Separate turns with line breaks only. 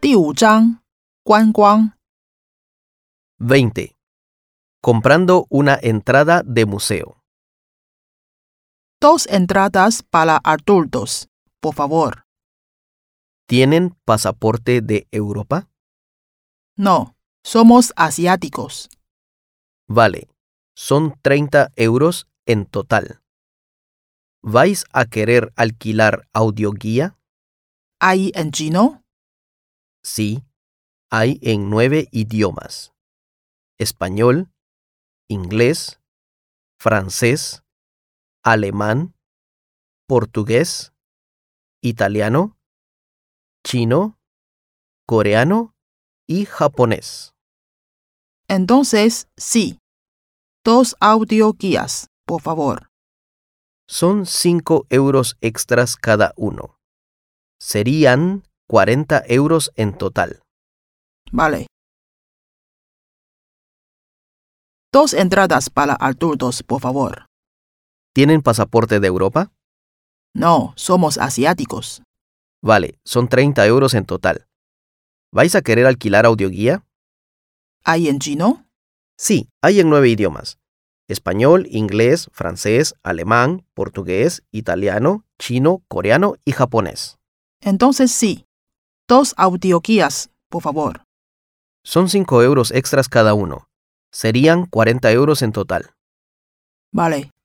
第五章观光
20. Comprando una entrada de museo.
dos entradas para adultos, por favor.
¿Tienen pasaporte de Europa?
No, somos asiáticos.
Vale. Son 30 euros en total. ¿Vais a querer alquilar audioguía?
¿Hay en chino?
Sí. Hay en nueve idiomas. Español, inglés, francés, alemán, portugués, italiano, chino, coreano y japonés.
Entonces, sí. Dos audio guías, por favor.
Son 5 euros extras cada uno. Serían 40 euros en total.
Vale. Dos entradas para adultos, por favor.
¿Tienen pasaporte de Europa?
No, somos asiáticos.
Vale, son 30 euros en total. ¿Vais a querer alquilar audioguía?
¿Hay en chino?
Sí, hay en nueve idiomas. Español, inglés, francés, alemán, portugués, italiano, chino, coreano y japonés.
Entonces, sí. Dos audio guías, por favor.
Son 5 euros extras cada uno. Serían 40 euros en total.
Vale.